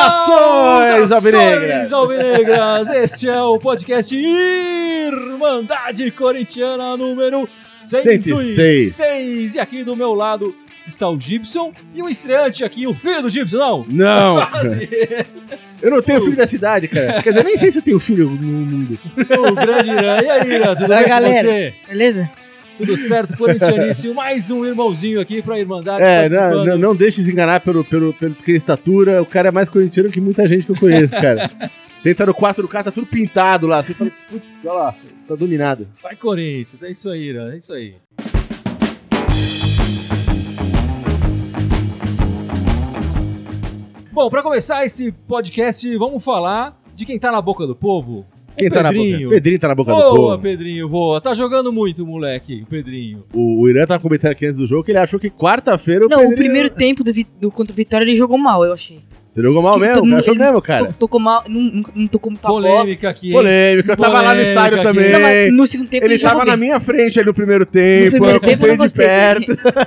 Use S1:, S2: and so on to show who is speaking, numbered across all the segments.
S1: Saudações, alvinegras!
S2: Saudações, Alvinegras! Este é o podcast Irmandade Corintiana número 106.
S1: 106.
S2: E aqui do meu lado está o Gibson e o estreante aqui, o filho do Gibson, não?
S1: Não,
S3: assim?
S2: Quase.
S1: eu não tenho filho da cidade, cara. Quer dizer, nem sei se eu tenho filho no mundo.
S2: o grande Irã. E aí, Irã, tudo
S3: Fala,
S2: bem
S3: galera.
S2: com você?
S3: Beleza?
S2: Tudo certo, corintianíssimo? Mais um irmãozinho aqui pra
S3: Ah,
S2: Irmandade
S1: É,
S2: participando.
S1: não, não, não deixe se enganar pelo, pelo, pelo pequena estatura. O cara é mais corintiano que muita gente que eu conheço, cara. Você entra no quarto do cara, tá tudo pintado lá. Você fala, putz, olha lá, tá dominado.
S2: Vai, Corinthians. É isso aí, Irã, é isso aí. Bom, pra começar esse podcast, vamos falar de quem tá na boca do povo.
S1: Quem
S2: o
S1: tá na boca?
S2: Pedrinho.
S1: Pedrinho tá na boca do
S2: Boa,
S1: povo.
S2: Pedrinho, boa. Tá jogando muito, moleque, o Pedrinho.
S1: O, o Irã tava comentando aqui antes do jogo que ele achou que quarta-feira o
S3: não,
S1: Pedrinho
S3: o primeiro tempo do, Vi- do- contra o Vitória ele jogou mal, eu achei.
S1: jogou mal
S3: que
S1: mesmo.
S3: todo
S1: cara,
S3: mundo-
S1: Achou
S3: ele-
S1: mesmo, cara.
S3: To- Tocou mal, não, não- não tocou muito a bola.
S2: Polêmica aqui, hein?
S1: Polêmica, eu tava lá no
S2: Polêmica
S1: estádio
S2: aqui.
S1: também.
S3: Não, mas no segundo tempo ele,
S1: Ele
S3: jogou
S1: tava na
S3: bem.
S1: minha frente ali no primeiro
S3: No
S1: tempo, eu
S3: primeiro tempo eu
S1: acompanhei
S3: não
S1: de
S3: gostei
S1: perto.
S3: dele.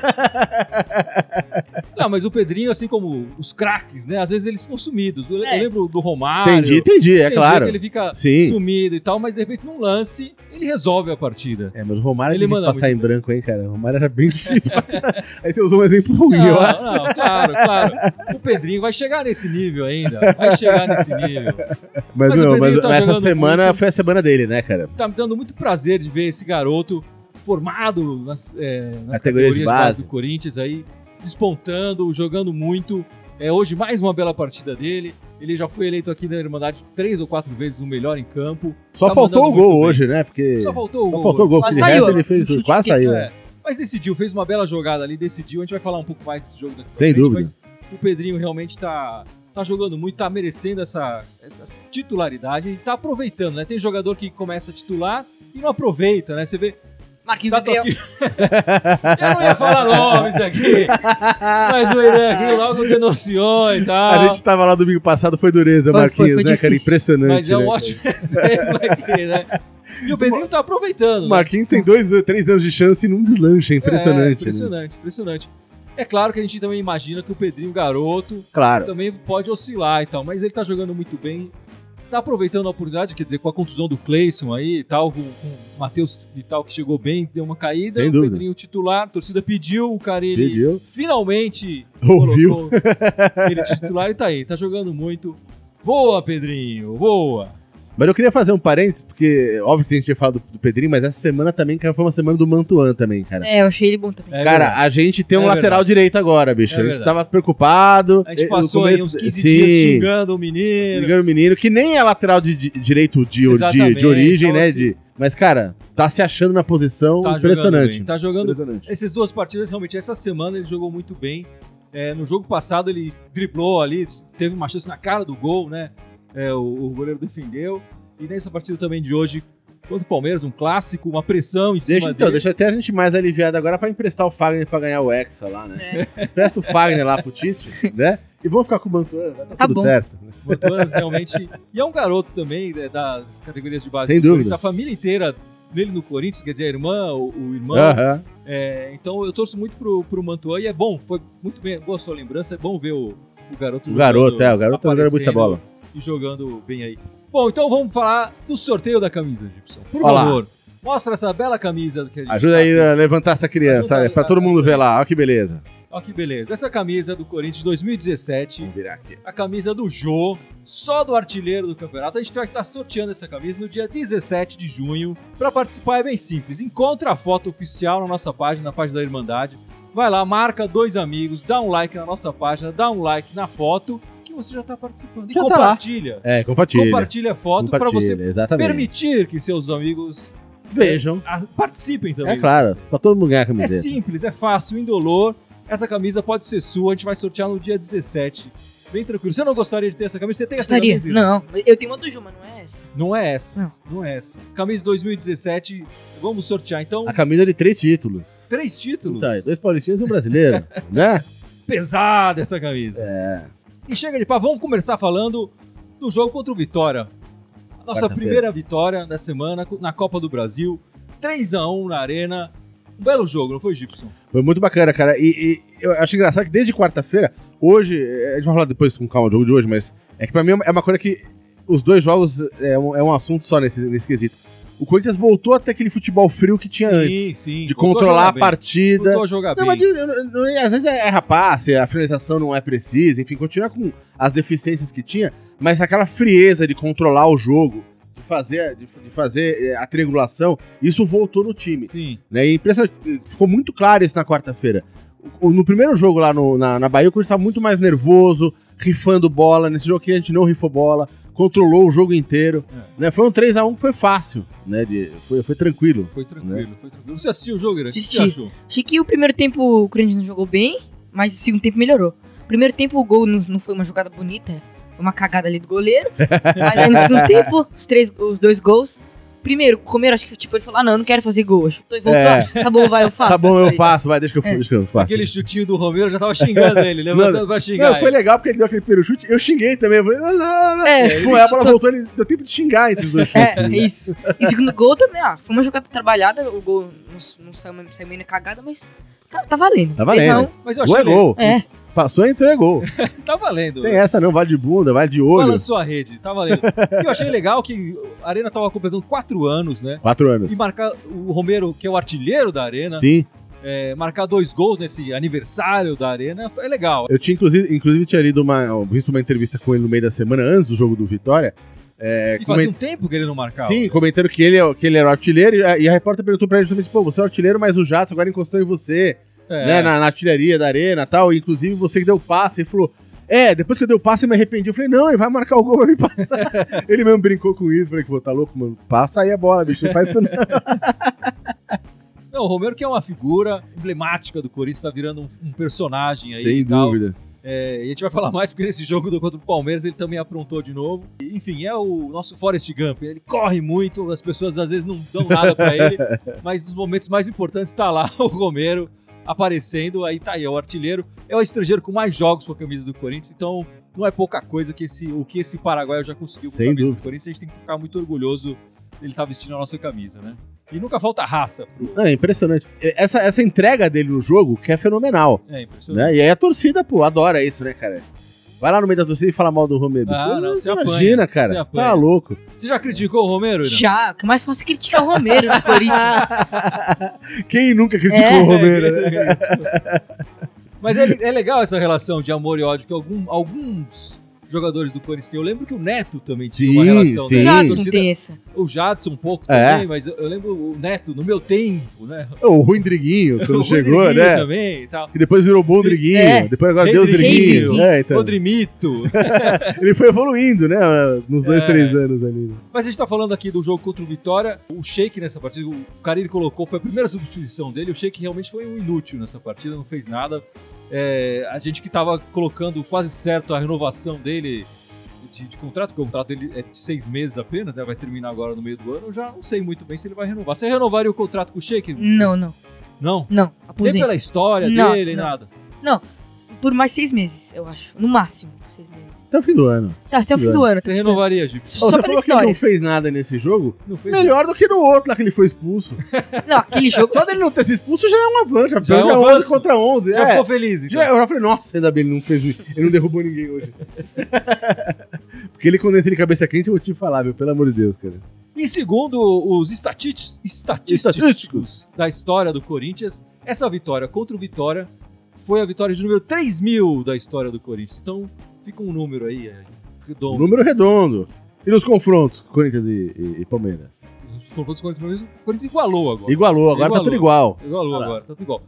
S2: Não, mas o Pedrinho, assim como os craques, né? Às vezes eles ficam sumidos. Eu,
S3: É.
S2: eu lembro do Romário.
S1: Entendi, entendi, é
S2: Tem dia
S1: claro.
S2: que ele fica
S1: Sim.
S2: sumido e tal, mas de repente num lance ele resolve a partida.
S1: É, mas o Romário
S2: Ele
S1: ele difícil
S2: manda
S1: passar em
S2: muito
S1: branco, hein, cara. O Romário era bem difícil passar. Aí você usou um exemplo ruim,
S2: não,
S1: eu acho.
S2: não, claro, claro. O Pedrinho vai chegar nesse nível ainda. Vai chegar nesse nível.
S1: Mas,
S2: Mas o
S1: não, mas,
S2: Pedrinho tá
S1: mas essa
S2: jogando
S1: semana
S2: muito.
S1: foi a semana dele, né, cara?
S2: Tá me dando muito prazer de ver esse garoto formado nas, é, nas
S1: Categorias
S2: categorias
S1: de
S2: de
S1: base.
S2: base do Corinthians aí, despontando, jogando muito. É, hoje mais uma bela partida dele. Ele já foi eleito aqui na Irmandade três ou quatro vezes o melhor em campo.
S1: Só
S2: Tá
S1: faltou o
S2: mandando
S1: gol
S2: muito bem.
S1: hoje, né? Porque
S2: Só
S1: só
S2: faltou o gol.
S1: faltou o gol.
S3: Quase
S1: porque de
S3: saiu,
S1: resto ele
S3: ó.
S1: fez
S3: Um
S1: tudo.
S3: chute
S1: Quase
S3: que-
S1: saiu,
S2: É,
S1: né?
S2: mas decidiu, fez uma bela jogada ali, decidiu. A gente vai falar um pouco mais desse jogo daqui pra
S1: Sem
S2: frente,
S1: dúvida.
S2: Mas o Pedrinho realmente tá, tá jogando muito, tá merecendo essa, essa titularidade e tá aproveitando, né? Tem jogador que começa a titular e não aproveita, né? Você vê.
S3: Marquinhos
S1: Tá
S2: Tato
S3: Gabriel.
S2: aqui. Eu não ia falar nomes aqui, mas o Irã aqui logo denunciou e tal.
S1: A gente tá tava lá domingo passado, foi dureza,
S3: Foi, foi,
S1: Marquinhos,
S3: foi
S1: né, cara?
S3: difícil.
S1: Impressionante.
S2: mas é um
S1: né,
S2: ótimo exemplo aqui, né? E o Pedrinho tá aproveitando.
S1: cara?
S2: né?
S1: O Marquinhos tem dois, três anos de chance e não deslancha. É
S2: É,
S1: impressionante. né?
S2: impressionante, impressionante. É claro que a gente também imagina que o Pedrinho, garoto,
S1: Claro.
S2: também pode oscilar e tal, mas ele tá jogando muito bem. Tá aproveitando a oportunidade, quer dizer, com a contusão do Cleison aí e tal, com, com o Matheus Vital que chegou bem, deu uma caída,
S1: Sem
S2: o
S1: dúvida.
S2: Pedrinho titular, a torcida pediu, o Carille
S1: Pediu.
S2: finalmente
S1: Ouviu.
S2: colocou ele titular e tá aí, tá jogando muito. Voa, Pedrinho, voa!
S1: Mas eu queria fazer um parênteses, porque óbvio que a gente tinha falado do, do Pedrinho, mas essa semana também, cara, foi uma semana do Mantuan também, cara.
S3: É, eu achei ele bom também.
S2: É
S1: cara,
S2: verdade.
S1: a gente tem um
S2: É
S1: lateral
S2: verdade.
S1: direito agora, bicho.
S2: É
S1: a gente
S2: verdade.
S1: tava preocupado.
S2: a gente
S1: Eh, no
S2: passou aí
S1: começo-
S2: uns 15
S1: sim,
S2: dias xingando o menino,
S1: xingando o menino, que nem é lateral de, de- direito de, de,
S2: Exatamente,
S1: de origem,
S2: então,
S1: né?
S2: assim-
S1: de- mas, cara, tá se achando na posição
S2: tá jogando
S1: impressionante.
S2: bem, tá jogando
S1: Impressionante.
S2: Essas duas partidas, realmente, essa semana ele jogou muito bem. É, no jogo passado ele driblou ali, teve uma chance na cara do gol, né? É, o, o goleiro defendeu. E nessa partida também de hoje, contra o Palmeiras, um clássico, uma pressão em cima
S1: Deixa, então,
S2: dele.
S1: deixa até a gente mais aliviado agora pra emprestar o Fagner pra ganhar o Hexa lá, né?
S2: É.
S1: Presta o Fagner lá pro Tite, né? E vamos ficar com o Mantuan, vai tá,
S3: Tá
S1: tudo
S3: bom.
S1: certo.
S2: Botuano realmente. E é um garoto também né, das categorias de base.
S1: Sem
S2: do
S1: dúvida.
S2: Corinthians. A família inteira dele no Corinthians, quer dizer, a irmã, o, o irmão.
S1: Aham.
S2: É, então eu torço muito pro, pro Mantuan e é bom, foi muito bem, boa sua lembrança. É bom ver o, o garoto
S1: O garoto,
S2: jogando,
S1: é, o garoto joga muita
S2: aparecendo.
S1: bola.
S2: e jogando bem aí. Bom, então vamos falar do sorteio da camisa, Gibson. Por
S1: Olá.
S2: favor, mostra essa bela camisa que a gente
S1: Ajuda
S2: tá
S1: aí
S2: aqui.
S1: a levantar essa criança,
S2: Ajuda
S1: olha,
S2: aí,
S1: pra
S2: tá,
S1: todo
S2: tá,
S1: mundo
S2: tá.
S1: ver lá, olha que beleza.
S2: Olha que beleza. Essa camisa do Corinthians 2017,
S1: Vamos virar aqui.
S2: a camisa do Jô, só do artilheiro do campeonato. A gente vai estar sorteando essa camisa no dia 17 de junho. Para participar é bem simples. Encontra a foto oficial na nossa página, na página da Irmandade. Vai lá, marca dois amigos, dá um like na nossa página, dá um like na foto que você já está participando. E
S1: Já tá lá.
S2: compartilha.
S1: É, compartilha.
S2: compartilha a foto para você
S1: Compartilha, exatamente.
S2: permitir que seus amigos
S1: Vejam.
S2: a- participem também.
S1: É claro, pra todo mundo ganhar a
S2: É
S1: camiseta.
S2: simples, é fácil, indolor. Essa camisa pode ser sua, a gente vai sortear no dia 17. Bem tranquilo. Você não gostaria de ter essa camisa? Você tem
S3: Gostaria.
S2: essa camisa?
S3: Não, eu tenho uma do Ju, mas não é essa.
S2: Não é essa.
S3: Não.
S2: Não é essa. Camisa 2017, vamos sortear. Então,
S1: A camisa de três títulos.
S2: três títulos.
S1: Então, é dois paulistas e um brasileiro, né?
S2: Pesada essa camisa.
S1: É.
S2: E chega de pá, vamos começar falando do jogo contra o Vitória. A Nossa
S1: Quarta-feira.
S2: primeira vitória da semana na Copa do Brasil. 3x1 na Arena. Um belo jogo, não foi, Gibson?
S1: Foi muito bacana, cara. E, e eu acho engraçado que desde quarta-feira, Hoje, é, a gente vai falar depois com calma do jogo de hoje, mas é que pra mim é uma- é uma coisa que os dois jogos é um, é um assunto só nesse, nesse quesito. O Corinthians voltou até aquele futebol frio que tinha
S2: sim,
S1: antes.
S2: sim.
S1: De
S2: voltou
S1: controlar a
S2: jogar bem.
S1: partida.
S2: Voltou a jogar bem.
S1: Não, mas de- eu- eu- eu- às vezes é rapaz, a finalização não é precisa, enfim, continua com as deficiências que tinha, mas aquela frieza de controlar o jogo, de fazer, de, de fazer eh, a triangulação, isso voltou no time.
S2: Sim,
S1: Né? E impressionante, ficou muito claro isso na quarta-feira. O- No primeiro jogo lá no- na, na Bahia, o Corinthians estava muito mais nervoso, rifando bola. Nesse jogo aqui a gente não rifou bola, controlou o jogo inteiro. Né? Foi um 3x1 que foi fácil, né? De- foi, foi tranquilo.
S2: foi
S1: Né?
S2: tranquilo, foi tranquilo. Você assistiu o jogo, Ira? O que você
S3: Assisti.
S2: achou?
S3: Achei que o primeiro tempo o Corinthians não jogou bem, mas o segundo tempo melhorou. Primeiro tempo o gol não, não foi uma jogada bonita, foi uma cagada ali do goleiro. mas aí no segundo tempo, os, três, os dois gols. Primeiro, o Romero, acho que tipo, ele falou: ah, não, eu não quero fazer gol. Chutou e voltou.
S1: É.
S3: Tá bom, vai, eu faço.
S1: tá bom, eu
S3: Falei,
S1: faço, vai, deixa que eu,
S3: É.
S1: deixa que eu faço.
S2: Aquele chutinho do Romero eu já tava xingando ele, levantando pra xingar.
S1: Não, foi
S2: ele.
S1: legal porque ele deu aquele primeiro chute. Eu xinguei também. Eu falei, não, não, não.
S3: É.
S1: E aí, a bola voltou, ele deu tempo de xingar entre os dois chutes.
S3: É, é
S1: né?
S3: isso. E o segundo gol também, ah, foi uma jogada trabalhada, o gol não, não saiu, não saiu meio na cagada, mas tá, tá valendo.
S1: Tá valendo.
S3: 3 a 1,
S2: Mas eu achei
S1: Gol é
S2: legal.
S1: gol.
S3: É.
S1: Passou, entrou, é gol.
S2: Tá valendo.
S1: Tem né? essa não, vai de bunda, vai de olho.
S2: Fala
S3: assim,
S2: sua rede, tá valendo. E eu achei legal que a Arena tava completando quatro anos, né?
S1: Quatro anos.
S2: E marcar o Romero, que é o artilheiro da Arena,
S1: Sim.
S2: é, marcar dois gols nesse aniversário da Arena, é legal.
S1: Eu tinha, inclusive, inclusive tinha lido uma, visto uma entrevista com ele no meio da semana, antes do jogo do Vitória. É,
S2: E
S1: comen-
S2: fazia um tempo que ele não marcava.
S1: Sim, comentando que ele, é- que ele era o artilheiro, e a, e a repórter perguntou pra ele justamente, pô, você é o artilheiro, mas o Jato agora encostou em você.
S2: É.
S1: né, na, na artilharia da arena e tal. Inclusive, você que deu o passe, ele falou. É, depois que eu dei o passe, eu me arrependi. Eu falei, não, ele vai marcar o gol, vai me passar. ele mesmo brincou com isso. Falei, pô, tá louco, mano? Passa aí a bola, bicho. Não faz isso não.
S2: Não, o Romero que é uma figura emblemática do Corinthians, tá virando um, um personagem aí
S1: Sem
S2: e tal.
S1: dúvida.
S2: É, e a gente vai falar mais porque nesse jogo do- contra o Palmeiras ele também aprontou de novo. E, enfim, é o nosso Forrest Gump. Ele corre muito, as pessoas às vezes não dão nada pra ele, mas nos momentos mais importantes tá lá o Romero aparecendo. Aí tá aí, é o artilheiro. É o estrangeiro com mais jogos com a camisa do Corinthians, então não é pouca coisa que esse, o que esse paraguaio já conseguiu com a
S1: Sem
S2: camisa
S1: dúvida.
S2: do Corinthians. A gente tem que ficar muito orgulhoso dele estar vestindo a nossa camisa, né? E nunca falta raça. Pro...
S1: É impressionante. Essa, essa entrega dele no jogo que é fenomenal.
S2: É impressionante.
S1: Né? E aí a torcida, pô, adora isso, né, cara? Vai lá no meio da torcida e fala mal do Romero.
S2: Ah,
S1: você
S2: não,
S1: não,
S2: você
S1: imagina,
S2: apanha, você
S1: cara. Você
S2: apanha.
S1: tá louco.
S2: Você já criticou o Romero? Irã?
S3: Já, o que mais fácil é criticar o Romero no Corinthians.
S1: Quem nunca criticou
S3: É.
S1: o Romero, né?
S2: Mas é, é legal essa relação de amor e ódio que algum- alguns jogadores do Corinthians têm. Eu lembro que o Neto também tinha uma
S1: Sim,
S2: relação.
S1: sim.
S2: né? A
S3: O Jadson
S2: torcida-
S3: tem essa.
S2: O Jadson um pouco
S1: É.
S2: também, mas eu, eu lembro o Neto no meu tempo, né?
S1: O Ruindriguinho, quando
S2: O
S1: chegou,
S2: Rodriguinho
S1: né?
S2: também e tal.
S1: Que depois virou Bondriguinho.
S3: É.
S1: Depois agora deu os
S2: Rodriguinho.
S1: Driguinho. É, então.
S2: Rodrimito.
S1: Ele foi evoluindo, né? Nos dois,
S2: É.
S1: três anos ali.
S2: mas a gente tá falando aqui do jogo contra o Vitória. O Sheik nessa partida, o Carille colocou, foi a primeira substituição dele. O Sheik realmente foi um inútil nessa partida, não fez nada. É, a gente que tava colocando quase certo a renovação dele de, de contrato, porque o contrato dele é de seis meses apenas, né? Vai terminar agora no meio do ano. Eu já não sei muito bem se ele vai renovar. Você renovaria o contrato com o Sheik?
S3: Não, não,
S2: Não.
S3: não.
S2: Nem
S3: Aposenta.
S2: pela história
S3: Não,
S2: dele,
S3: não.
S2: nada.
S3: Por mais seis meses, eu acho. No máximo, seis meses.
S1: Até o fim do ano.
S3: Tá, até o fim do ano.
S2: Você renovaria, Gico?
S3: Só
S1: Você
S3: pela
S1: falou que ele não
S3: história.
S1: fez nada nesse jogo?
S2: Não fez nada.
S1: Melhor do que no outro lá que ele foi expulso.
S3: Não, aquele jogo.
S1: Só dele não ter sido expulso já é um avanço. Já,
S2: Já é
S1: já
S2: um
S1: é 11
S2: avanço.
S1: contra 11.
S2: Já
S1: é.
S2: ficou feliz, então.
S1: Já- eu já falei, nossa, ainda bem, ele não fez isso. Ele não derrubou ninguém hoje. Porque ele, quando entra de cabeça quente, eu vou te falar, meu, pelo amor de Deus, cara.
S2: E segundo os estatis- estatísticos,
S1: Estatísticos.
S2: da história do Corinthians, essa vitória contra o Vitória foi a vitória de número 3 mil da história do Corinthians. Então fica um número aí, é,
S1: Um
S2: redondo.
S1: número redondo. E nos confrontos, Corinthians e, e- e Palmeiras?
S2: Os confrontos contra o Corinthians, o Corinthians igualou agora.
S1: Igualou, agora tá
S2: Igualou.
S1: tudo igual.
S2: Igualou
S1: Ah lá.
S2: agora, tá tudo igual.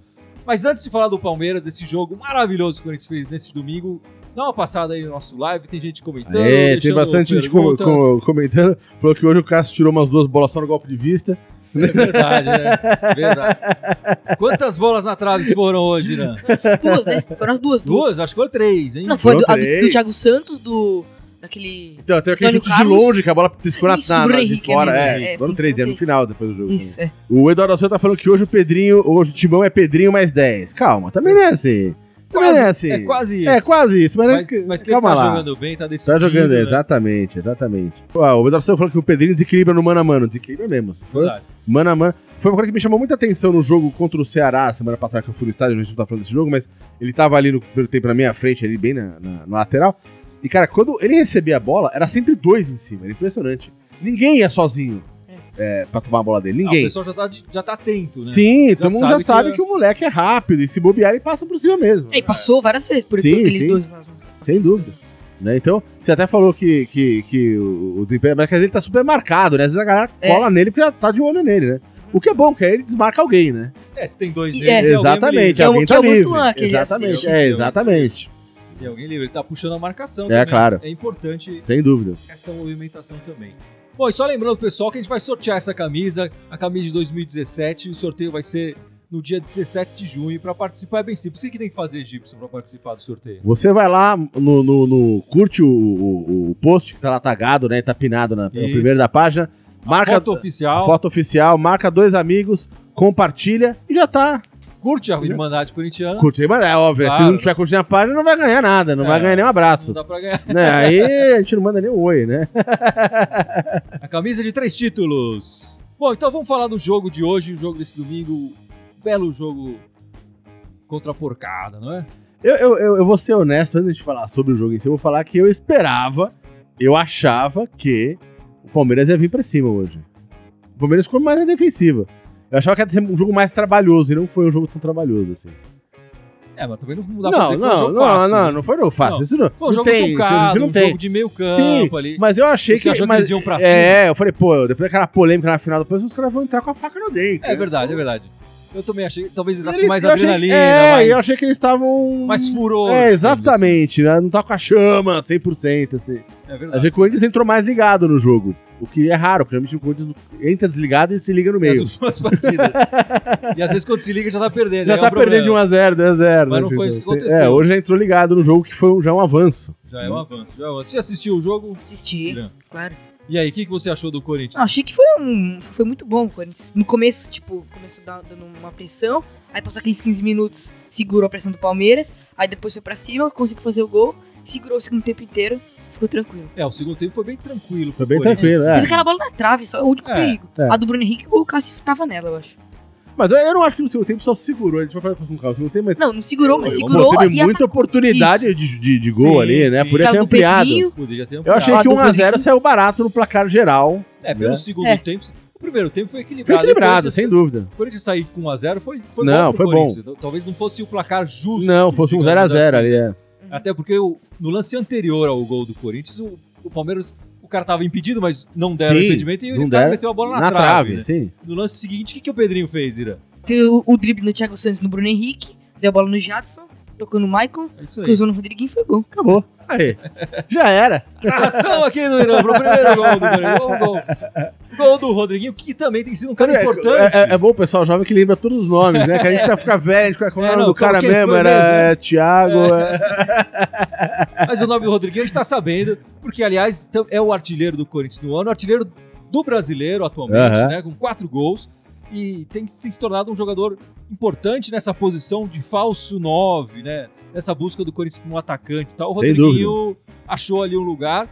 S2: Mas antes de falar do Palmeiras, desse jogo maravilhoso que o Corinthians fez nesse domingo, dá uma passada aí no nosso live, tem gente comentando.
S1: É, tem
S2: Então, deixando
S1: bastante gente com-
S2: perguntas.
S1: com- comentando. Falou que hoje o Cássio tirou umas duas bolas só no golpe de vista.
S2: É verdade, né? Verdade. Quantas bolas na trave foram hoje, Irã?
S3: Duas, né? Foram as duas. duas.
S2: Duas? Acho que foram três, hein?
S3: Não, foi
S1: Foram
S3: do, a do,
S1: três.
S3: do Thiago Santos, do. Daquele.
S1: Então, tem aquele
S3: Antônio
S1: chute de
S3: Carlos.
S1: longe que a bola piscou na,
S3: Isso,
S1: na, na
S3: Bruno
S1: de
S3: Henrique,
S2: né?
S1: fora.
S3: amigo.
S1: É,
S3: É,
S1: foram
S3: tem
S1: três,
S3: que
S1: é no
S3: ter.
S1: final depois do jogo. né?
S3: Isso, é.
S1: O Eduardo Alceu tá falando que hoje o Pedrinho, hoje o Timão é Pedrinho mais 10. Calma, também não é assim. Também
S2: quase,
S1: é assim.
S2: é quase isso.
S1: É quase isso, mas,
S2: mas,
S1: é que-
S2: mas quem
S1: calma
S2: tá
S1: lá.
S2: jogando bem, tá decidindo.
S1: Tá jogando,
S2: né?
S1: exatamente, exatamente. Ó, o Eduardo Santos falou que o Pedrinho desequilibra no mano a mano. Desequilibra mesmo. Se for
S2: Verdade. Ah,
S1: mano a mano. Foi uma coisa que me chamou muita atenção no jogo contra o Ceará, semana passada que eu fui no estádio, a gente não tá falando desse jogo, mas ele tava ali no primeiro tempo na minha frente, ali bem na, na- na lateral. E, cara, quando ele recebia a bola, era sempre dois em cima, era impressionante. Ninguém ia sozinho é, pra tomar a bola dele,
S2: Ah, o
S1: ninguém.
S2: pessoal já tá, de- já tá atento, né?
S1: Sim, todo mundo já
S2: sabe
S1: sabe
S2: que-
S1: que, o moleque é rápido, e se bobear ele passa por cima mesmo.
S3: É, e passou várias vezes por,
S1: Sim,
S3: por aqueles
S1: sim.
S3: dois lá.
S1: Sem dúvida. Né? Então, você até falou que, que, que o o desempenho da dele tá super marcado, né? Às vezes a galera
S3: É.
S1: cola nele porque já tá de olho nele, né? O que é bom, porque aí ele desmarca alguém, né?
S2: É, se tem dois
S3: E
S2: dele,
S3: é.
S2: tem alguém
S1: exatamente,
S3: é o-
S1: alguém
S3: que
S1: tá
S3: é o
S1: livre.
S3: Mantuan que ele
S1: exatamente,
S2: assiste.
S1: é, exatamente.
S2: livre. Tem alguém livre, ele tá puxando a marcação
S1: um É,
S2: também.
S1: claro.
S2: É importante
S1: Sem dúvida.
S2: essa movimentação também. Bom, e só lembrando, pessoal, que a gente vai sortear essa camisa, a camisa de 2017. O sorteio vai ser no dia 17 de junho. Pra participar é bem simples. O que que tem que fazer, Gibson, pra participar do sorteio?
S1: Você vai lá no, no- no- curte o, o- o post que tá lá tagado, né? Tá pinado na, no
S2: Isso.
S1: primeiro da página. Marca
S2: Foto oficial.
S1: foto oficial, marca dois amigos, compartilha e já tá
S2: Curte a Irmandade Corintiana.
S1: Curtir, mas é óbvio, se
S2: Claro.
S1: não tiver curtindo a página, não vai ganhar nada, não
S2: É.
S1: vai ganhar nem um
S2: Não
S1: abraço.
S2: dá pra ganhar.
S1: Né? Aí a gente não manda nem um oi, né?
S2: A camisa de três títulos. Bom, então vamos falar do jogo de hoje, o jogo desse domingo. Um Belo jogo contra a porcada, não é?
S1: Eu, eu, eu, eu vou ser honesto, antes de falar sobre o jogo em si, eu vou falar que eu esperava, eu achava que o Palmeiras ia vir pra cima hoje. O Palmeiras ficou mais na defensiva. Eu achava que ia ser um jogo mais trabalhoso, e não foi um jogo tão trabalhoso assim.
S2: É, mas também não dá pra
S1: Não,
S2: dizer
S1: não,
S2: que foi um jogo
S1: não,
S2: fácil.
S1: não,
S2: né?
S1: não foi um jogo fácil.
S2: Não.
S1: Isso não,
S2: Foi um
S1: não
S2: jogo
S1: tem, isso
S2: truncado,
S1: não
S2: um
S1: tem.
S2: jogo de meio campo
S1: Sim,
S2: ali.
S1: Mas eu achei
S2: Você achou que
S1: mas-
S2: eles iam pra cima?
S1: É, eu falei, pô, depois daquela polêmica na final, depois os caras vão entrar com a faca no dente.
S2: É verdade, é verdade. Eu também achei, talvez ele
S1: Eles-
S2: com mais
S1: eu achei-
S2: adrenalina,
S1: É,
S2: mais,
S1: eu achei que eles estavam.
S2: mais furor.
S1: É, exatamente, né? Não tá com a chama 100%, assim.
S2: É verdade.
S1: Achei que o Corinthians entrou mais ligado no jogo. O que é raro, porque geralmente o Corinthians entra desligado e se liga no
S2: E as
S1: meio.
S2: últimas partidas. e às vezes quando se liga já tá perdendo.
S1: Já
S2: aí é
S1: tá
S2: um problema.
S1: perdendo de 1x0, 2x0.
S2: Mas não
S1: né,
S2: foi
S1: gente?
S2: isso que aconteceu.
S1: É, hoje já entrou ligado no jogo, que foi um- já um avanço.
S2: Já é um avanço, já é um avanço. Você assistiu o jogo?
S3: Assisti,
S2: Não.
S3: claro.
S2: E aí, o que, que você achou do Corinthians?
S3: Não, achei que foi um. Foi muito bom o Corinthians. No começo, tipo, começou da- dando uma pressão. Aí passou aqueles 15 minutos, segurou a pressão do Palmeiras. Aí depois foi pra cima, conseguiu fazer o gol. Segurou o segundo tempo inteiro, ficou tranquilo.
S2: É, o segundo tempo foi bem tranquilo. pro
S1: Foi bem
S2: Corinthians.
S1: tranquilo, é.
S3: Teve aquela bola na trave, só é o único
S2: É,
S3: perigo.
S1: é.
S3: A do Bruno Henrique, o Cássio tava nela, eu acho.
S1: Mas eu- eu não acho que no segundo tempo só segurou. A gente vai falar com o Carlos. No segundo tempo, mas.
S3: Não, não segurou, mas
S1: Pô,
S3: segurou
S1: teve
S3: e
S1: muita
S3: atacou.
S1: oportunidade de, de, de gol
S2: Sim,
S1: ali, né?
S2: sim.
S1: Podia
S3: Aquela
S1: ter
S3: do
S1: ampliado.
S3: Pedrinho.
S2: Poderia ter
S1: Eu
S2: ampliado.
S1: achei que
S3: do
S1: 1x0
S3: Corinthians.
S1: saiu barato no placar geral.
S2: É, pelo
S1: né?
S2: segundo
S3: É.
S2: tempo. O primeiro tempo foi equilibrado.
S1: Foi
S2: O
S1: equilibrado,
S2: Corinthians-
S1: sem dúvida.
S2: O Corinthians sair com 1x0 foi, foi
S1: Não,
S2: bom. pro
S1: foi bom.
S2: Corinthians. Então, Talvez não fosse o placar justo.
S1: Não, fosse um
S2: digamos
S1: 0x0
S2: assim.
S1: ali, é.
S2: Até porque o- no lance anterior ao gol do Corinthians, o, o Palmeiras, o cara tava impedido, mas não deram
S1: Sim,
S2: impedimento e
S1: não
S2: o cara
S1: deram.
S2: meteu a bola na,
S1: Na
S2: trave.
S1: trave,
S2: né?
S1: sim.
S2: No lance seguinte, o que, que o Pedrinho fez, Ira?
S3: Teve o, o drible no Thiago Santos no Bruno Henrique, deu a bola no Jadson, tocou no Maicon,
S2: É isso aí.
S3: cruzou no Rodriguinho e foi gol.
S1: Acabou. Aí. Já era.
S2: Narração aqui do Irã pro primeiro gol do Corinthians. Gol, gol. Gol do Rodriguinho, que também tem sido um cara importante.
S1: É, é- é bom o pessoal jovem que lembra todos os nomes, né? Que a gente tá ficando velho, a gente fica com o
S2: É,
S1: nome
S2: não,
S1: do cara
S2: quem foi
S1: mesmo.
S2: mesmo,
S1: Era
S2: né?
S1: é, Thiago. é.
S2: Mas o nome do Rodriguinho a gente tá sabendo, porque, aliás, tam- é o artilheiro do Corinthians no ano, artilheiro do brasileiro atualmente,
S1: Aham.
S2: né? Com quatro gols. E tem se tornado um jogador importante nessa posição de falso nove, né? Nessa busca do Corinthians para um atacante e tal. O
S1: Sem
S2: Rodriguinho achou ali um lugar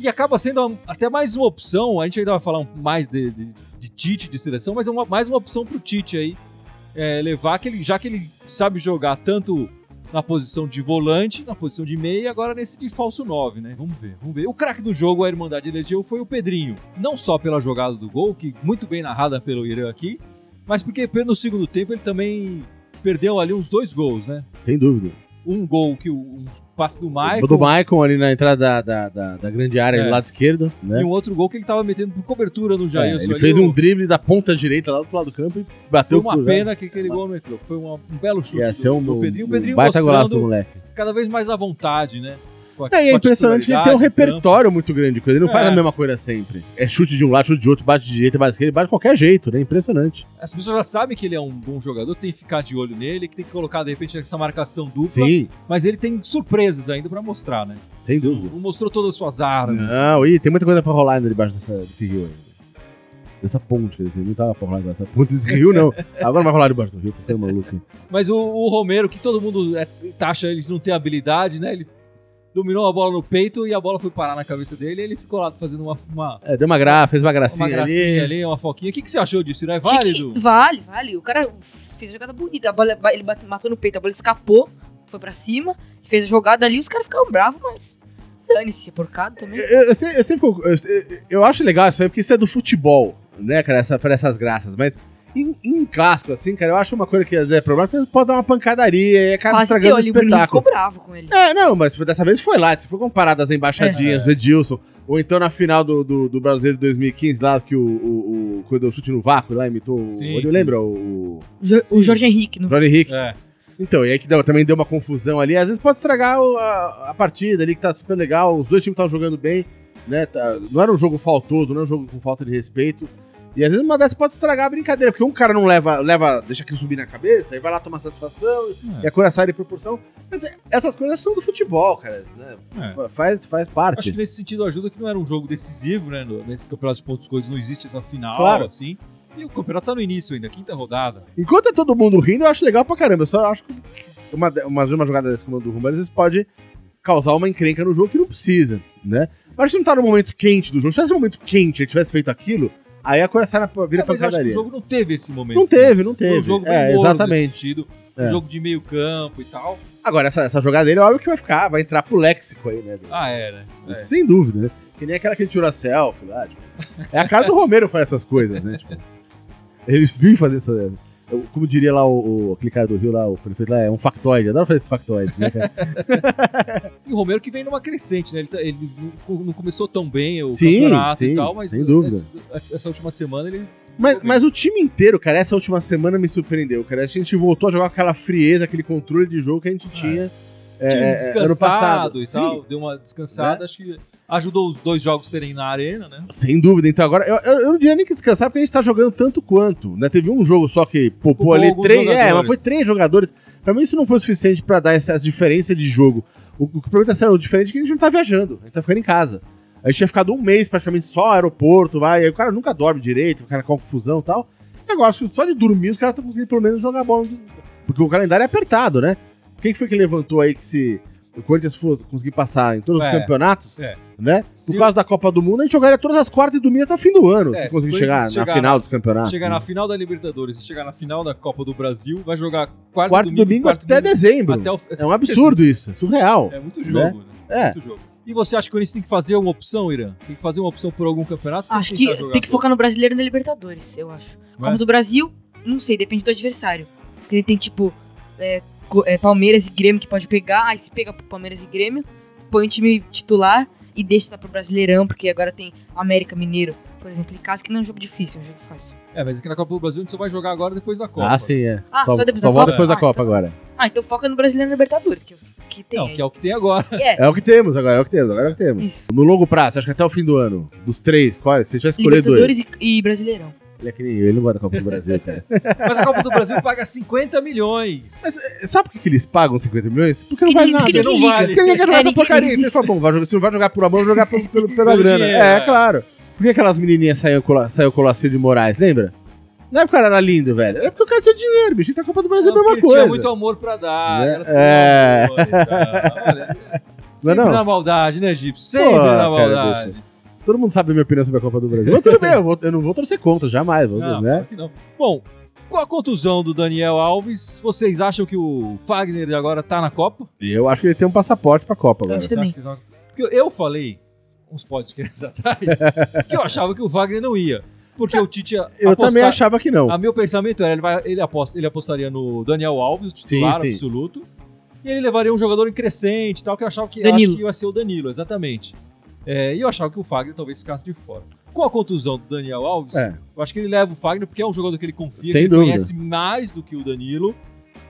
S2: e acaba sendo uma- até mais uma opção. A gente ainda vai falar um- mais de, de- de Tite, de seleção, mas é uma- mais uma opção pro Tite aí. é, levar que ele, já que ele sabe jogar tanto na posição de volante, na posição de meia e agora nesse de falso 9, né? Vamos ver, vamos ver. O craque do jogo, a Irmandade elegeu, foi o Pedrinho. Não só pela jogada do gol, que muito bem narrada pelo Irã aqui, mas porque no segundo tempo ele também perdeu ali uns dois gols, né?
S1: Sem dúvida.
S2: Um gol que o um passe do
S1: O do
S2: Maicon
S1: Maicon ali na entrada da, da, da- da grande área
S2: É.
S1: do lado esquerdo,
S2: e
S1: né?
S2: um outro gol que ele tava metendo por cobertura no Jair.
S1: É, ele
S2: Soares.
S1: fez um
S2: O-
S1: drible da ponta direita lá do outro lado do campo e
S2: Foi
S1: bateu
S2: uma
S1: pro-
S2: pena que aquele gol não entrou. Foi uma- um belo chute
S1: né? Ia ser um,
S2: do, do Pedrinho.
S1: um
S2: O Pedrinho
S1: baita golaço do
S2: mostrando
S1: moleque.
S2: cada vez mais à vontade, né? Com a-
S1: É, e é
S2: com a
S1: impressionante que ele tem um
S2: titularidade, campo.
S1: repertório muito grande, coisa. ele não faz
S2: É.
S1: a mesma coisa sempre. É chute de um lado, chute de outro, bate de direita, bate de esquerda, ele bate de qualquer jeito, né? Impressionante.
S2: As pessoas já sabem que ele é um bom jogador, tem que ficar de olho nele, que tem que colocar, de repente, essa marcação dupla.
S1: Sim,
S2: Mas ele tem surpresas ainda pra mostrar, né?
S1: sem dúvida.
S2: Não mostrou todas as suas armas.
S1: Não, e tem muita coisa pra rolar ainda debaixo dessa- desse rio ainda. Dessa ponte, quer dizer, não tava pra falar dessa ponte desse rio, não. Agora vai falar debaixo do rio, tô maluco.
S2: Mas o, o Romero, que todo mundo é, taxa ele de não ter habilidade, né? Ele dominou a bola no peito e a bola foi parar na cabeça dele e ele ficou lá fazendo uma, uma,
S1: É, deu uma graça, fez uma
S2: uma
S1: gracinha,
S2: gracinha ali.
S1: Assim, ali.
S2: uma foquinha. O que, que você achou disso? Não é
S3: Achei
S2: válido?
S3: que- vale, vale. O cara fez jogada bonita. A bola, ele bate- matou no peito, a bola escapou, foi pra cima, fez a jogada ali, os caras ficaram bravos, mas dane-se, é porcado também.
S1: Eu, eu sei- eu sempre, fico- eu, eu- eu acho legal isso aí, porque isso é do futebol, né, cara, essa, pra essas graças, mas em, em clássico, assim, cara, eu acho uma coisa que às vezes é problemática, porque pode dar uma pancadaria e acaba
S3: Quase deu
S1: estragando o
S3: ali, o Bruninho
S1: espetáculo.
S3: ficou bravo com ele.
S1: É, não, mas dessa vez foi lá. Se for comparado às embaixadinhas
S2: É.
S1: do Edilson, ou então na final do, do, do Brasileiro de 2015, lá que o, o, o quando deu chute no vácuo, lá imitou. o-
S2: Sim,
S1: ele
S2: sim.
S1: lembra o,
S3: O Jo-
S2: Sim.
S3: O Jorge Henrique,
S1: o
S3: no...
S1: Jorge Henrique.
S2: É.
S1: Então, e aí que deu- também deu uma confusão ali. Às vezes pode estragar o- a, a partida ali, que tá super legal. Os dois times estavam jogando bem, né? tá- não era um jogo faltoso, não era um jogo com falta de respeito. E às vezes uma dessas pode estragar a brincadeira, porque um cara não leva, leva deixa aquilo subir na cabeça, aí vai lá tomar satisfação,
S2: É.
S1: e a coisa sai de proporção. Mas é, essas coisas são do futebol, cara. né?
S2: É.
S1: Fa- Faz, faz
S2: Acho que
S1: parte.
S2: nesse sentido ajuda que não era um jogo decisivo, né? no- Nesse campeonato de pontos coisas não existe essa final,
S1: Claro.
S2: assim. E o campeonato tá no início ainda, quinta rodada.
S1: Enquanto é todo mundo rindo, eu acho legal pra caramba. Eu só acho que uma, de- uma, uma jogada dessa como a do Rumble, às vezes pode causar uma encrenca no jogo que não precisa, né? Mas a gente não tá no momento quente do jogo. Se tivesse um momento quente e tivesse feito aquilo, aí a Coraçara vira
S2: É, mas eu acho que o
S1: pancadaria.
S2: jogo não teve esse momento.
S1: Não teve, não
S2: Foi
S1: teve.
S2: um jogo bem
S1: é,
S2: morno
S1: exatamente.
S2: nesse sentido.
S1: É.
S2: Um jogo de meio campo e tal.
S1: Agora, essa, essa jogada dele, óbvio que vai ficar, vai entrar pro léxico aí, né?
S2: Ah, é, né? É.
S1: Isso Sem dúvida, né? Que nem aquela que ele tirou a selfie lá. tipo. É a cara do Romero fazer essas coisas, né? Tipo, eles vivem fazer essa. eu- Como diria lá o, o aquele cara do Rio lá, o prefeito lá, é um factoide. Adoro fazer esses factoides, né, cara?
S2: E o Romero que vem numa crescente, né? Ele, tá- ele não co- não começou tão bem o
S1: Sim,
S2: campeonato
S1: sim,
S2: e tal, mas
S1: sem dúvida.
S2: Essa, essa última semana ele.
S1: Mas, mas o time inteiro, cara, essa última semana me surpreendeu, cara. A gente voltou a jogar com aquela frieza, aquele controle de jogo que a gente tinha é,
S2: tinha um
S1: é, ano
S2: descansado
S1: passado.
S2: e
S1: Sim, Né?
S2: tal, deu uma descansada, acho que ajudou os dois jogos serem na arena, né?
S1: Sem dúvida. Então agora, eu, eu- eu não diria nem que descansar, porque a gente tá jogando tanto quanto. Né? Teve um jogo só que poupou
S2: Poupou
S1: ali
S2: alguns
S1: três. É,
S2: jogadores.
S1: mas foi três jogadores. Pra mim isso não foi suficiente pra dar essa, essa diferença de jogo. O, o que pra mim tá sendo diferente é que a gente não tá viajando, a gente tá ficando em casa. A gente tinha ficado um mês praticamente só aeroporto, vai. Aí o cara nunca dorme direito, o cara com confusão e tal. E agora, acho que só de dormir, os caras estão conseguindo pelo menos jogar bola. de- Porque o calendário é apertado, né? Quem que foi que levantou aí que se o Corinthians for conseguir passar em todos os
S2: É.
S1: campeonatos,
S2: É.
S1: né?
S2: Se
S1: Por causa da Copa do Mundo, a gente jogaria todas as quartas e domingo até o fim do ano,
S2: É,
S1: se conseguir
S2: se
S1: chegar,
S2: chegar
S1: na
S2: na-
S1: final dos campeonatos.
S2: chegar
S1: né?
S2: na final da Libertadores e chegar na final da Copa do Brasil, vai jogar quarto,
S1: quarto e
S2: domingo,
S1: domingo,
S2: quarto
S1: até
S2: domingo,
S1: dezembro.
S2: até o
S1: É um absurdo isso, é surreal.
S2: É muito jogo, né?
S1: É.
S2: Muito jogo. E você acha que o Corinthians tem que fazer uma opção, Irã? Tem que fazer uma opção por algum campeonato?
S3: Acho que
S2: tentar jogar
S3: tem que
S2: por-
S3: focar no brasileiro e na Libertadores, eu acho.
S2: Não é?
S3: Copa do Brasil, não sei, depende do adversário. Porque ele tem, tipo, é, co- é, Palmeiras e Grêmio que pode pegar, aí se pega pro Palmeiras e Grêmio, põe o time titular e deixa tá pro Brasileirão, porque agora tem América Mineiro, por exemplo, em casa, que não é um jogo difícil, é um jogo fácil.
S2: É, mas aqui na Copa do Brasil a gente só vai jogar agora depois da Copa.
S1: Ah, sim, é.
S3: Ah,
S1: só
S3: só depois
S1: só
S3: da
S2: Copa?
S1: volta depois da
S3: Ah,
S1: Copa
S3: então-
S1: agora.
S3: Ah, então foca no Brasileiro e na Libertadores, que, é o que tem.
S2: Não,
S3: aí.
S2: que é o que tem agora.
S3: É,
S1: É o que temos agora, é o que temos, agora é o que temos.
S3: isso.
S1: No longo prazo, acho que até o fim do ano, dos três, quais? Se você tivesse escolher dois.
S3: Libertadores e, e Brasileirão.
S1: Ele é que nem eu, ele não gosta da Copa do Brasil, cara.
S2: Mas a Copa do Brasil paga 50 milhões.
S1: Sabe por que, que eles pagam 50 milhões? Porque não
S3: Porque
S1: vale
S3: ninguém-
S1: nada.
S3: porque
S2: ninguém liga.
S1: Porque ninguém quer jogar
S3: É,
S1: essa
S3: ninguém-
S1: porcaria. Então, tá bom, vai jogar- se não vai jogar por amor, vai jogar por, pelo, pela
S2: Pelo
S1: grana.
S2: dinheiro,
S1: é,
S2: é.
S1: claro. Por que aquelas menininhas saiu, cola, saiu Colacil de Moraes, lembra? Não é porque o cara era lindo, velho. Era porque o cara tinha dinheiro, bicho. Então a Copa do Brasil é a
S2: Não,
S1: mesma
S2: porque
S1: coisa.
S2: Tinha muito amor pra dar.
S1: É.
S2: Elas queriam
S1: É.
S2: amor e tal. Olha, Sempre
S1: não?
S2: na maldade, né, Egípcio? Sempre na
S1: cara,
S2: maldade.
S1: Todo mundo sabe a minha opinião sobre a Copa do Brasil. Mas tudo bem, eu, vou- eu não vou torcer contra, jamais. Vou,
S2: Não,
S1: né?
S2: claro que não. Bom, com a contusão do Daniel Alves, vocês acham que o Fagner agora tá na Copa?
S1: E eu acho que ele tem um passaporte pra Copa
S3: Eu
S1: agora.
S3: acho também.
S2: Você acha que ele tá- Porque eu falei, uns podcasts atrás, que eu achava que o Fagner não ia. Porque o Tite
S1: Eu
S2: aposta-
S1: também achava que não.
S2: A meu pensamento era, ele, vai, ele, aposta- ele apostaria no Daniel Alves, o titular
S1: Sim, sim.
S2: absoluto, e ele levaria um jogador em crescente e tal, que eu achava que, eu
S3: Danilo.
S2: acho que ia ser o Danilo, exatamente. É, e eu achava que o Fagner talvez ficasse de fora. Com a contusão do Daniel Alves,
S1: É.
S2: eu acho que ele leva o Fagner porque é um jogador que ele confia, que
S1: Sem
S2: ele
S1: dúvida.
S2: conhece mais do que o Danilo,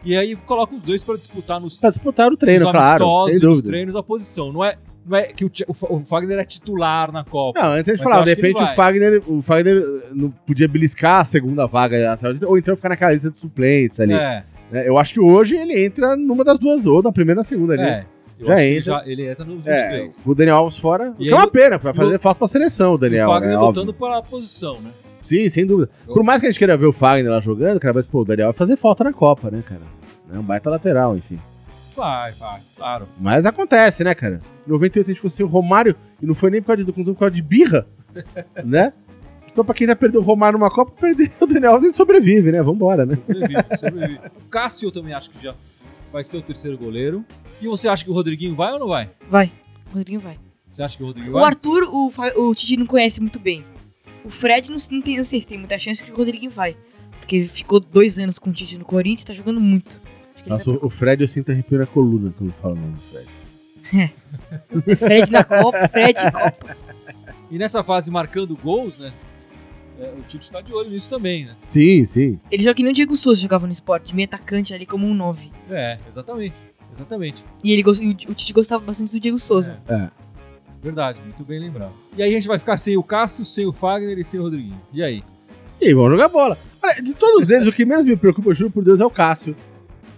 S2: e aí coloca os dois pra disputar nos,
S1: Pra disputar o
S2: nos
S1: Tá treino, claro.
S2: amistosos,
S1: Sem
S2: e nos
S1: dúvida.
S2: treinos, a posição. Não é, não é que o, Thi- o Fa- o Fagner é titular na Copa.
S1: Não, antes
S2: Mas
S1: de falar,
S2: eu
S1: de
S2: acho que ele
S1: repente o
S2: vai.
S1: Fagner, o Fagner eh, não podia beliscar a segunda vaga atrás, ou então ficar naquela lista de suplentes ali.
S2: É,
S1: né? Eu acho que hoje ele entra numa das duas, ou na primeira ou na segunda ali.
S2: é. Eu
S1: Já
S2: acho que ele
S1: entra.
S2: já- ele entra nos
S1: É,
S2: 23.
S1: o Daniel Alves fora, o
S2: E
S1: que
S2: aí
S1: é uma
S2: o-
S1: pena, vai fazer falta pra seleção o Daniel.
S2: o Fagner
S1: né,
S2: voltando
S1: óbvio.
S2: para a posição, né?
S1: Sim, sem dúvida. Por mais que a gente queira ver o Fagner lá jogando, cara, mas pô, o Daniel vai fazer falta na Copa, né, cara? É um baita lateral, enfim.
S2: Vai, vai, claro.
S1: Mas acontece, né, cara? Em 98 a gente ficou sem o Romário e não foi nem por causa de, por causa de birra, né? Então, pra quem já perdeu o Romário numa Copa, perder o Daniel Alves, a gente sobrevive, né? Vambora, né?
S2: Sobrevive, sobrevive. O Cássio eu também acho que já vai ser o terceiro goleiro. E você acha que o Rodriguinho vai ou não vai?
S3: Vai. O Rodriguinho vai.
S2: Você acha que o Rodriguinho
S3: O
S2: vai?
S3: Arthur, o, Fa- o Titi não conhece muito bem. O Fred, não, se- não tem- não sei se tem muita chance que o Rodriguinho vai. Porque ficou dois anos com o Tite no Corinthians, tá jogando muito. Acho que ele
S1: Nossa, o o Fred eu sinto arrepio na coluna quando falo o nome do Fred.
S3: vai- Fred na Copa, Fred Copa.
S2: E nessa fase marcando gols, né? é, o Tito está de olho nisso também, né?
S1: Sim, sim.
S3: Ele joga que nem o Diego Souza jogava no esporte, meio atacante ali como um 9.
S2: É, exatamente. Exatamente.
S3: E ele, gos- e o o Tite gostava bastante do Diego Souza.
S1: É.
S2: Verdade, muito bem lembrado. E aí a gente vai ficar sem o Cássio, sem o Fagner e sem o Rodriguinho. E aí?
S1: E vão jogar bola. Olha, de todos eles, o que menos me preocupa, eu juro por Deus, é o Cássio.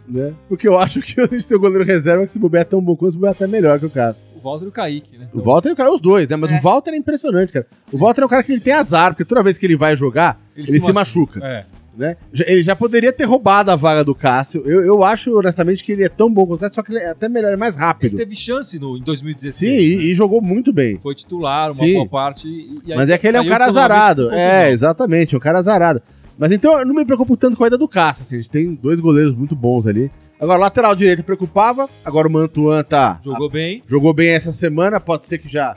S1: Né? Porque eu acho que a gente tem o goleiro reserva que se bobear é tão bom quanto, se bobear até melhor que o Cássio.
S2: O Walter e o Kaique, né?
S1: O Walter é o cara, os dois, né? Mas
S3: É.
S1: o Walter é impressionante, cara. O
S2: Sim.
S1: Walter é o cara que ele tem azar, porque toda vez que ele vai jogar, ele, se, machuca.
S2: É.
S1: né? Já- Ele já poderia ter roubado a vaga do Cássio. Eu, eu acho, honestamente, que ele é tão bom quanto o Cássio, só que ele é até melhor, é mais
S2: Ele
S1: rápido.
S2: teve chance no, em
S1: Sim,
S2: 2016. né?
S1: e, e jogou muito bem.
S2: Foi titular, uma
S1: Sim.
S2: boa parte. e- e aí
S1: Mas é que ele é um
S2: saiu
S1: cara
S2: pela vez
S1: azarado.
S2: com
S1: É,
S2: confusão.
S1: exatamente, é um cara azarado. Mas então eu não me preocupo tanto com a ida do Cássio. Assim, a gente tem dois goleiros muito bons ali. Agora, lateral direito preocupava. Agora o Mantuan tá.
S2: Jogou bem.
S1: Jogou bem essa semana, pode ser que já,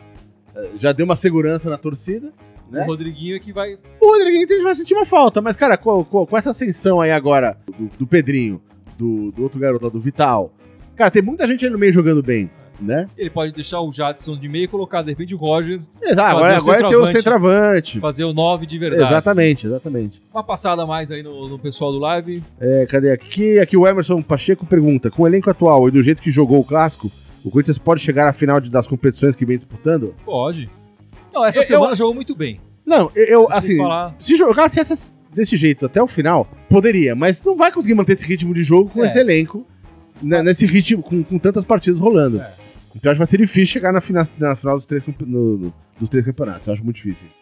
S1: eh, já deu uma segurança na torcida. Né?
S2: O Rodriguinho é que vai.
S1: O Rodriguinho tem- vai sentir uma falta, mas, cara, com, com- com essa ascensão aí agora do, do Pedrinho, do, do outro garoto lá, do Vital. Cara, tem muita gente aí no meio jogando bem, né?
S2: Ele pode deixar o Jadson de meio e colocar, de repente, o Roger,
S1: Exato, agora,
S2: Fazer o
S1: agora tem o centroavante.
S2: fazer o 9 de verdade.
S1: Exatamente, exatamente.
S2: Uma passada a mais aí no, no pessoal do live.
S1: É, cadê aqui? Aqui o Emerson Pacheco pergunta: com o elenco atual e do jeito que jogou o clássico, o Corinthians pode chegar à final de- das competições que vem disputando?
S2: Pode. Não, essa
S1: Eu-
S2: semana jogou muito bem.
S1: Não, eu, eu,
S2: Deixa eu
S1: assim,
S2: falar.
S1: se jogasse essas desse jeito até o final, poderia, mas não vai conseguir manter esse ritmo de jogo com
S2: É.
S1: esse elenco, né,
S2: Ah.
S1: nesse ritmo, com, com tantas partidas rolando.
S2: É.
S1: Então acho que vai ser difícil chegar na, fina- na final dos três, campe- no- no- dos três campeonatos. Eu acho muito difícil. isso.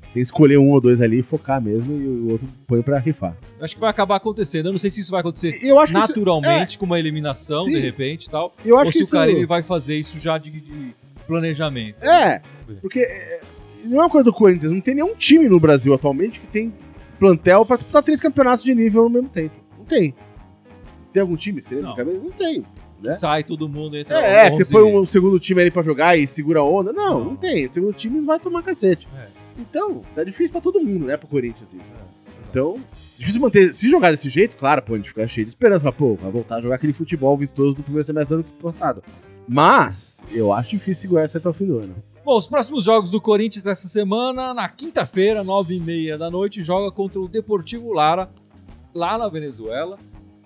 S1: Tem que escolher um ou dois ali, focar mesmo, e o outro põe pra rifar.
S2: Acho que vai acabar acontecendo. Eu não sei se isso vai acontecer
S1: Eu acho que isso, é.
S2: naturalmente, com uma eliminação,
S1: Sim.
S2: de repente e tal.
S1: eu acho
S2: ou
S1: que
S2: se
S1: isso
S2: o Carilli vai fazer isso já de, de planejamento.
S1: é, porque é, não é uma coisa do Corinthians, não tem nenhum time no Brasil atualmente que tem plantel pra disputar três campeonatos de nível ao mesmo tempo. Não tem. Tem algum time? que você lembra de
S2: Não.
S1: cabeça? Não tem. né?
S2: Sai todo mundo, entra
S1: É, é,
S2: 11.
S1: você põe um segundo time ali pra jogar e segura a onda. Não, não, tem. O segundo time vai tomar cacete.
S2: É.
S1: Então, tá difícil pra todo mundo, né? Pro Corinthians isso. Então, difícil manter. Se jogar desse jeito, claro, pô, a gente fica cheio de esperança. Fala, pô, vai voltar a jogar aquele futebol vistoso do primeiro semestre do ano passado. Mas, eu acho difícil segurar isso até o fim do ano.
S2: Bom, os próximos jogos do Corinthians essa semana, na quinta-feira, nove e meia da noite, joga contra o Deportivo Lara, lá na Venezuela.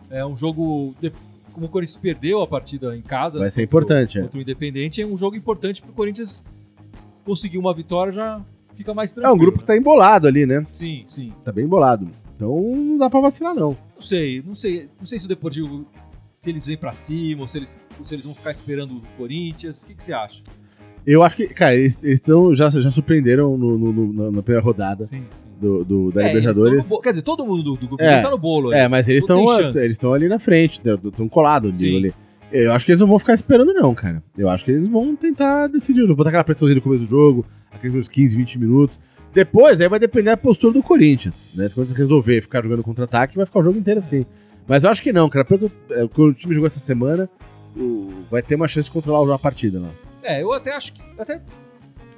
S2: É um jogo, de- como o Corinthians perdeu a partida em casa
S1: Vai
S2: né,
S1: ser
S2: contra o-
S1: importante, é.
S2: contra o Independente, é um jogo importante para o Corinthians conseguir uma vitória, já fica mais
S1: É
S2: tranquilo.
S1: um grupo que
S2: né?
S1: tá embolado ali, né?
S2: Sim, sim.
S1: Tá bem embolado. Então, não dá pra vacilar, não.
S2: Não sei, não sei, não sei se o Deportivo, se eles vêm para cima, ou se eles, ou se eles vão ficar esperando o Corinthians, o que, que você acha?
S1: Eu acho que, cara, eles, eles tão- já, já surpreenderam no- no- no- na primeira rodada
S2: Sim, sim.
S1: do, do- da
S2: É, eles
S1: Libertadores.
S2: tão no bo- Quer dizer, todo mundo do, do grupo
S1: É,
S2: tá no bolo ali.
S1: É, mas eles
S2: Não
S1: estão
S2: tem chance.
S1: eles estão ali na frente, estão colados
S2: Sim.
S1: digo, ali. Eu acho que eles não vão ficar esperando não, cara. Eu acho que eles vão tentar decidir, o jogo, botar aquela pressãozinha no começo do jogo, aqueles uns 15, 20 minutos. Depois aí vai depender da postura do Corinthians, né? Se o Corinthians resolver ficar jogando contra-ataque, vai ficar o jogo inteiro assim. Mas eu acho que não, cara. Pelo que eu- é, o que o time jogou essa semana, o- vai ter uma chance de controlar a partida lá.
S2: É, eu até acho que. Até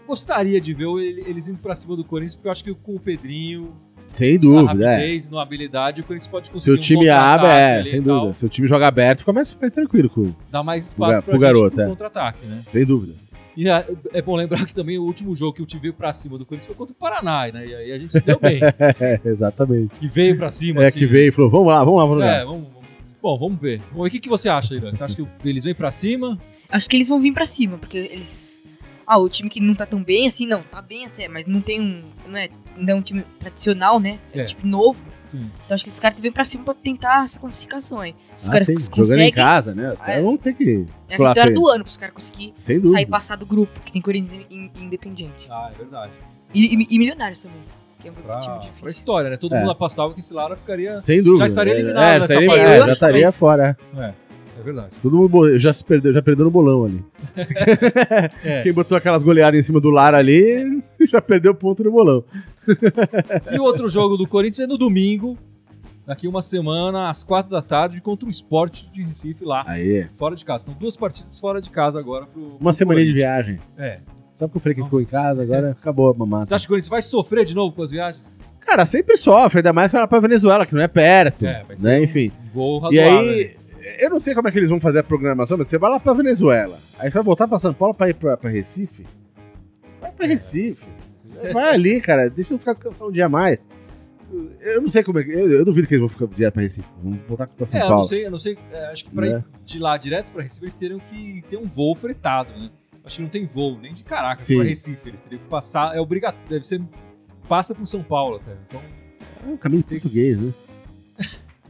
S2: gostaria de ver ele- eles indo pra cima do Corinthians, porque eu acho que com o Pedrinho,
S1: Sem
S2: na
S1: dúvida, é.
S2: Ah, rapidez, na habilidade, o Corinthians pode
S1: Se
S2: conseguir. um
S1: o time
S2: contra-ataque
S1: abre, é,
S2: ali e
S1: sem
S2: tal,
S1: dúvida. Se o time joga aberto, fica mais, mais tranquilo, com-
S2: Dá mais
S1: ga-
S2: espaço
S1: pro
S2: pro, pra
S1: garoto,
S2: gente pro
S1: é.
S2: contra-ataque, né?
S1: sem dúvida.
S2: E é, é bom lembrar que também o último jogo que o time veio pra cima do Corinthians foi contra o Paraná, né? E aí a gente se deu bem.
S1: É, exatamente.
S2: que veio pra cima,
S1: É
S2: assim.
S1: que veio e falou, vamos lá, vamos lá, vamos lá.
S2: É, vamos. vamos- Bom, vamos ver. Bom, e o que, que você acha, Irã? Você acha que eles vêm pra cima?
S1: É.
S3: Acho que eles vão vir pra cima, porque eles. Ah, o time que não tá tão bem, assim, não, tá bem até, mas não tem um. Não é, não é um time tradicional, né? É,
S2: É.
S3: um time novo.
S2: Sim.
S3: Então acho que esses caras vêm pra cima pra tentar essa classificação aí. Se os
S1: Ah,
S3: caras
S1: sim,
S3: cons-
S1: jogando em
S3: conseguem.
S1: casa, né? Os caras
S3: É.
S1: vão ter que.
S3: É a
S1: Claro,
S3: vitória
S1: tem.
S3: do ano pros caras conseguirem
S1: Sem dúvida.
S3: sair passar do grupo, que tem Corinthians e- e Independente.
S2: Ah, é verdade.
S3: E, e- e Milionários também. que é um
S2: pra,
S3: objetivo difícil.
S2: pra história, né? Todo
S1: É.
S2: mundo passava que esse Lara ficaria.
S1: Sem dúvida.
S2: Já estaria
S1: É,
S2: eliminado
S1: é, já
S2: nessa
S1: estaria,
S3: partida.
S1: é,
S3: Eu
S1: já
S3: acho
S1: estaria
S3: difícil.
S1: fora.
S2: É verdade.
S1: Todo mundo bo- já se perdeu, já perdeu no bolão ali.
S2: É.
S1: Quem botou aquelas goleadas em cima do Lara ali já perdeu ponto no bolão.
S2: E o outro jogo do Corinthians é no domingo, daqui uma semana, às quatro da tarde, contra o Sport de Recife lá,
S1: Aí.
S2: fora de casa. Então, duas partidas fora de casa agora pro.
S1: Uma semaninha de viagem.
S2: É.
S1: Sabe que eu falei que ficou em casa, agora acabou a mamata.
S2: Você acha que o Corinthians vai sofrer de novo com as viagens?
S1: Cara, sempre sofre, ainda mais pra, pra Venezuela, que não é perto.
S2: É, vai ser
S1: né?
S2: um-
S1: Enfim.
S2: Voo
S1: E
S2: razoável. né?
S1: aí, eu não sei como é que eles vão fazer a programação, mas você vai lá pra Venezuela. Aí você vai voltar pra São Paulo pra ir pra, pra Recife? Vai
S2: É.
S1: pra Recife. Vai ali, cara. Deixa os caras descansar um dia a mais. Eu não sei como é que. Eu, eu duvido que eles vão ficar direto pra Recife. Vão voltar pra São
S2: É, eu não
S1: Paulo.
S2: sei, eu não sei. é, acho que pra
S1: Né?
S2: ir de lá direto pra Recife, eles teriam que ter um voo fretado, né? Acho que não tem voo nem de Caracas
S1: Sim.
S2: pra Recife. Eles teriam que passar. É obrigatório. Deve ser. Passa por São Paulo até. Então,
S1: É um caminho português, né?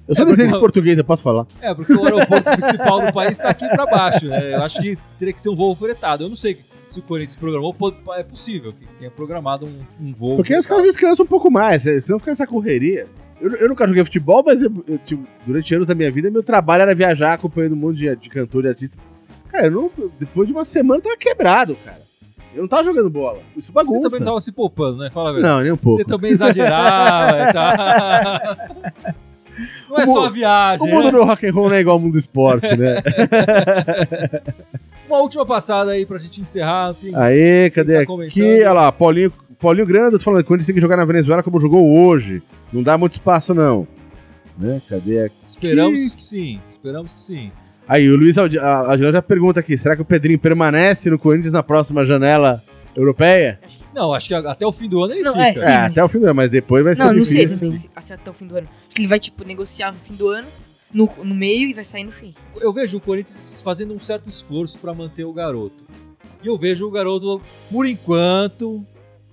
S1: Eu sou descendente de português, eu posso falar.
S2: é, porque o aeroporto principal do país tá aqui pra baixo, né? Eu acho que teria que ser um voo fretado. Eu não sei se o Corinthians programou. pô- É possível que tenha programado um, um voo.
S1: Porque aí os caras
S2: fretado.
S1: descansam um pouco mais, eh, senão fica essa correria. Eu, eu nunca joguei futebol, mas eu- eu, tipo, durante anos da minha vida, meu trabalho era viajar acompanhando um monte de, de cantor, de artista. Cara, eu não- depois de uma semana eu tava quebrado, cara. Eu não tava jogando bola. Isso
S2: Você
S1: bagunça.
S2: também tava se poupando, né? Fala a verdade.
S1: Não, nem um pouco.
S2: Você também exagerava e tal. Não é
S1: O mu-
S2: só a viagem.
S1: O
S2: né?
S1: mundo do rock and roll não é igual ao mundo do esporte, né?
S2: Uma última passada aí pra gente encerrar.
S1: Ah,
S2: Tem-
S1: Aí, cadê
S2: Tá
S1: aqui?
S2: começando.
S1: Olha lá, Paulinho, Paulinho Grande, eu tô falando, quando ele tem que jogar na Venezuela como jogou hoje. Não dá muito espaço, não. Né? Cadê aqui?
S2: Esperamos que... sim, esperamos que sim.
S1: Aí, o Luiz Aldi- a- Agilão já pergunta aqui: será que o Pedrinho permanece no Corinthians na próxima janela europeia?
S3: Acho que-
S2: Não, acho que a- até o fim do ano ele
S3: Não,
S2: fica.
S3: é, sim.
S1: é, até o fim do ano, mas depois vai ser
S3: Não, não sei
S1: difícil.
S3: se se- se até o fim do ano. Acho que ele vai, tipo, negociar no fim do ano, no, no meio e vai sair no fim.
S2: Eu vejo o Corinthians fazendo um certo esforço pra manter o garoto. E eu vejo o garoto, por enquanto,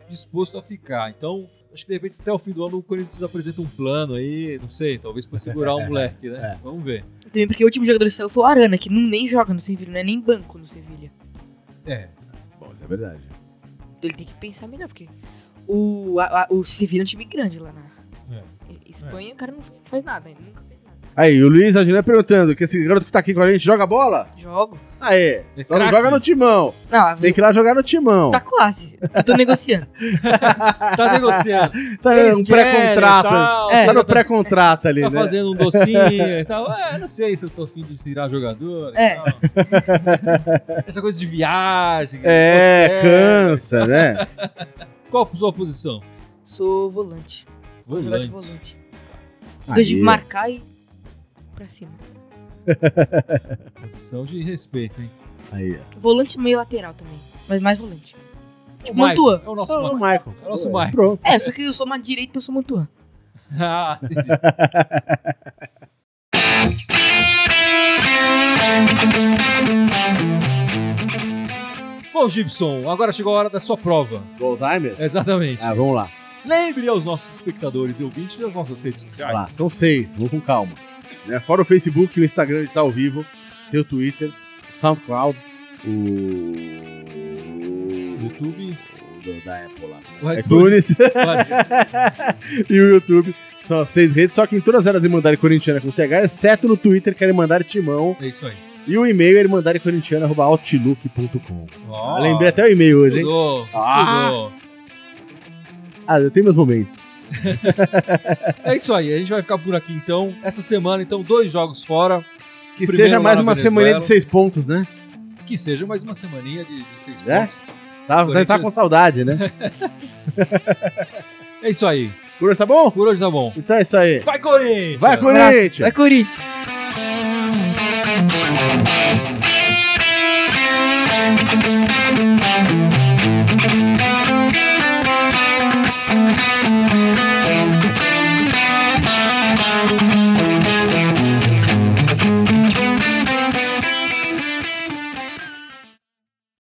S2: disposto a ficar. Então, acho que de repente até o fim do ano o Corinthians apresenta um plano aí, não sei, talvez pra segurar o moleque,
S1: É.
S2: né? Vamos ver.
S3: Também porque o último jogador que saiu foi o Arana, que não, nem joga no Sevilha, não é nem banco no Sevilha.
S2: É,
S1: Bom, isso é verdade.
S3: Então ele tem que pensar melhor, porque o, a- a- o Sevilha é um time grande lá na
S2: É.
S3: Espanha, o cara não faz nada, ele nunca fez nada.
S1: Aí, o Luiz Agilão perguntando: que esse garoto que tá aqui com a gente joga bola?
S3: Jogo?
S1: Aê,
S2: É
S1: só não
S2: craque.
S1: joga no timão.
S3: Não,
S1: Tem que ir lá jogar no timão.
S3: tá quase. Eu Tô negociando.
S2: tá negociando.
S1: Tá
S2: Eles
S1: um
S2: querem e
S1: pré-contrato.
S2: tal,
S3: É.
S1: Tá no
S2: tá,
S1: pré-contrato ali,
S2: tá
S1: né?
S2: fazendo um docinho e tal. É, não sei se eu tô afim de virar jogador. e
S3: É.
S2: tal. Essa coisa de viagem.
S1: É,
S2: hotel.
S1: cansa, né?
S2: Qual a sua posição?
S3: Sou volante. Vou jogar de volante. Gosto de
S1: Aí,
S3: marcar e pra cima.
S2: Posição de respeito, hein?
S1: aí.
S3: Volante meio lateral também, mas mais volante.
S2: O
S3: Mantua.
S2: Michael, É o nosso
S1: Ó, o
S2: Michael.
S1: Michael.
S2: É o nosso Michael.
S1: Pronto.
S3: É, só que eu sou uma direita, eu sou Mantua.
S2: Ah, entendi. Bom, Gibson, agora chegou a hora da sua prova.
S1: Do Alzheimer?
S3: É.
S2: Exatamente.
S1: Ah, vamos lá.
S2: Lembre aos nossos espectadores e ouvintes das nossas redes sociais.
S1: Lá, são seis, vamos com calma. Né, Fora o Facebook, o Instagram de tá ao vivo, tem o Twitter, o SoundCloud, o.
S2: YouTube. Ah,
S1: o do- da Apple lá.
S2: O Red
S1: iTunes
S2: Olha,
S1: e o YouTube. São as seis redes, só que em todas elas mandar corintiana com TH, exceto no Twitter, que é mandar timão.
S2: É isso aí.
S1: E o e-mail é mandar corintiana.outlook.com.
S2: Ó,
S1: Ah, Lembrei até o e-mail hoje, hein?
S2: Estudou,
S1: Ah.
S2: estudou.
S1: Ah, eu tenho meus momentos.
S2: É isso aí, a gente vai ficar por aqui então. Essa semana, então, dois jogos fora.
S1: Que
S2: Primeiro
S1: seja
S2: lá
S1: mais
S2: na
S1: uma
S2: Venezuela.
S1: semaninha de seis pontos, né?
S2: Que seja mais uma semaninha de, de seis
S1: É?
S2: pontos.
S1: Tá,
S2: Corinthians.
S1: tá com saudade, né?
S2: É isso aí.
S1: Por hoje tá bom?
S2: Por hoje tá bom.
S1: Então é isso aí.
S2: Vai, Corinthians!
S1: Vai,
S3: Abraço.
S1: Corinthians!
S3: Vai, Corinthians.